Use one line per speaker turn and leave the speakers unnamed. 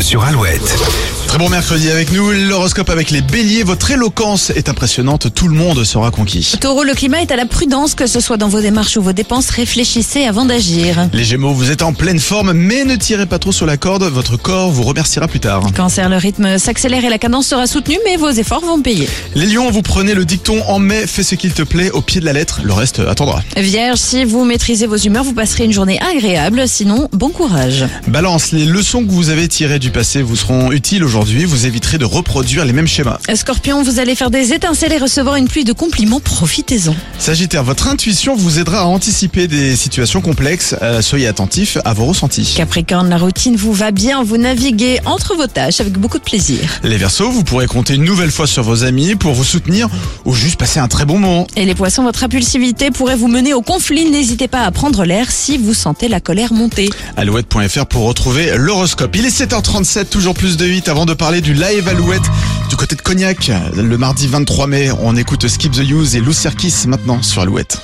sur Alouette.
Très bon mercredi avec nous, l'horoscope avec les béliers. Votre éloquence est impressionnante, tout le monde sera conquis.
Taureau, le climat est à la prudence, que ce soit dans vos démarches ou vos dépenses, réfléchissez avant d'agir.
Les gémeaux, vous êtes en pleine forme, mais ne tirez pas trop sur la corde, votre corps vous remerciera plus tard.
Cancer, le rythme s'accélère et la cadence sera soutenue, mais vos efforts vont payer.
Les lions, vous prenez le dicton en mai, fais ce qu'il te plaît, au pied de la lettre, le reste attendra.
Vierge, si vous maîtrisez vos humeurs, vous passerez une journée agréable, sinon bon courage.
Balance, les leçons que vous avez tirées du passé vous seront utiles aujourd'hui, vous éviterez de reproduire les mêmes schémas.
Scorpion, vous allez faire des étincelles et recevoir une pluie de compliments, profitez-en.
Sagittaire, votre intuition vous aidera à anticiper des situations complexes, Euh, soyez attentif à vos ressentis.
Capricorne, la routine vous va bien, vous naviguez entre vos tâches avec beaucoup de plaisir.
Les Verseaux, vous pourrez compter une nouvelle fois sur vos amis pour vous soutenir ou juste passer un très bon moment.
Et les poissons, votre impulsivité pourrait vous mener au conflit, n'hésitez pas à prendre l'air si vous sentez la colère monter.
Alouette.fr pour retrouver l'horoscope. Il est 7h37, toujours plus de 8 avant de parler du live Alouette du côté de Cognac. Le mardi 23 mai, on écoute Skip the Use et Lou Serkis maintenant sur Alouette.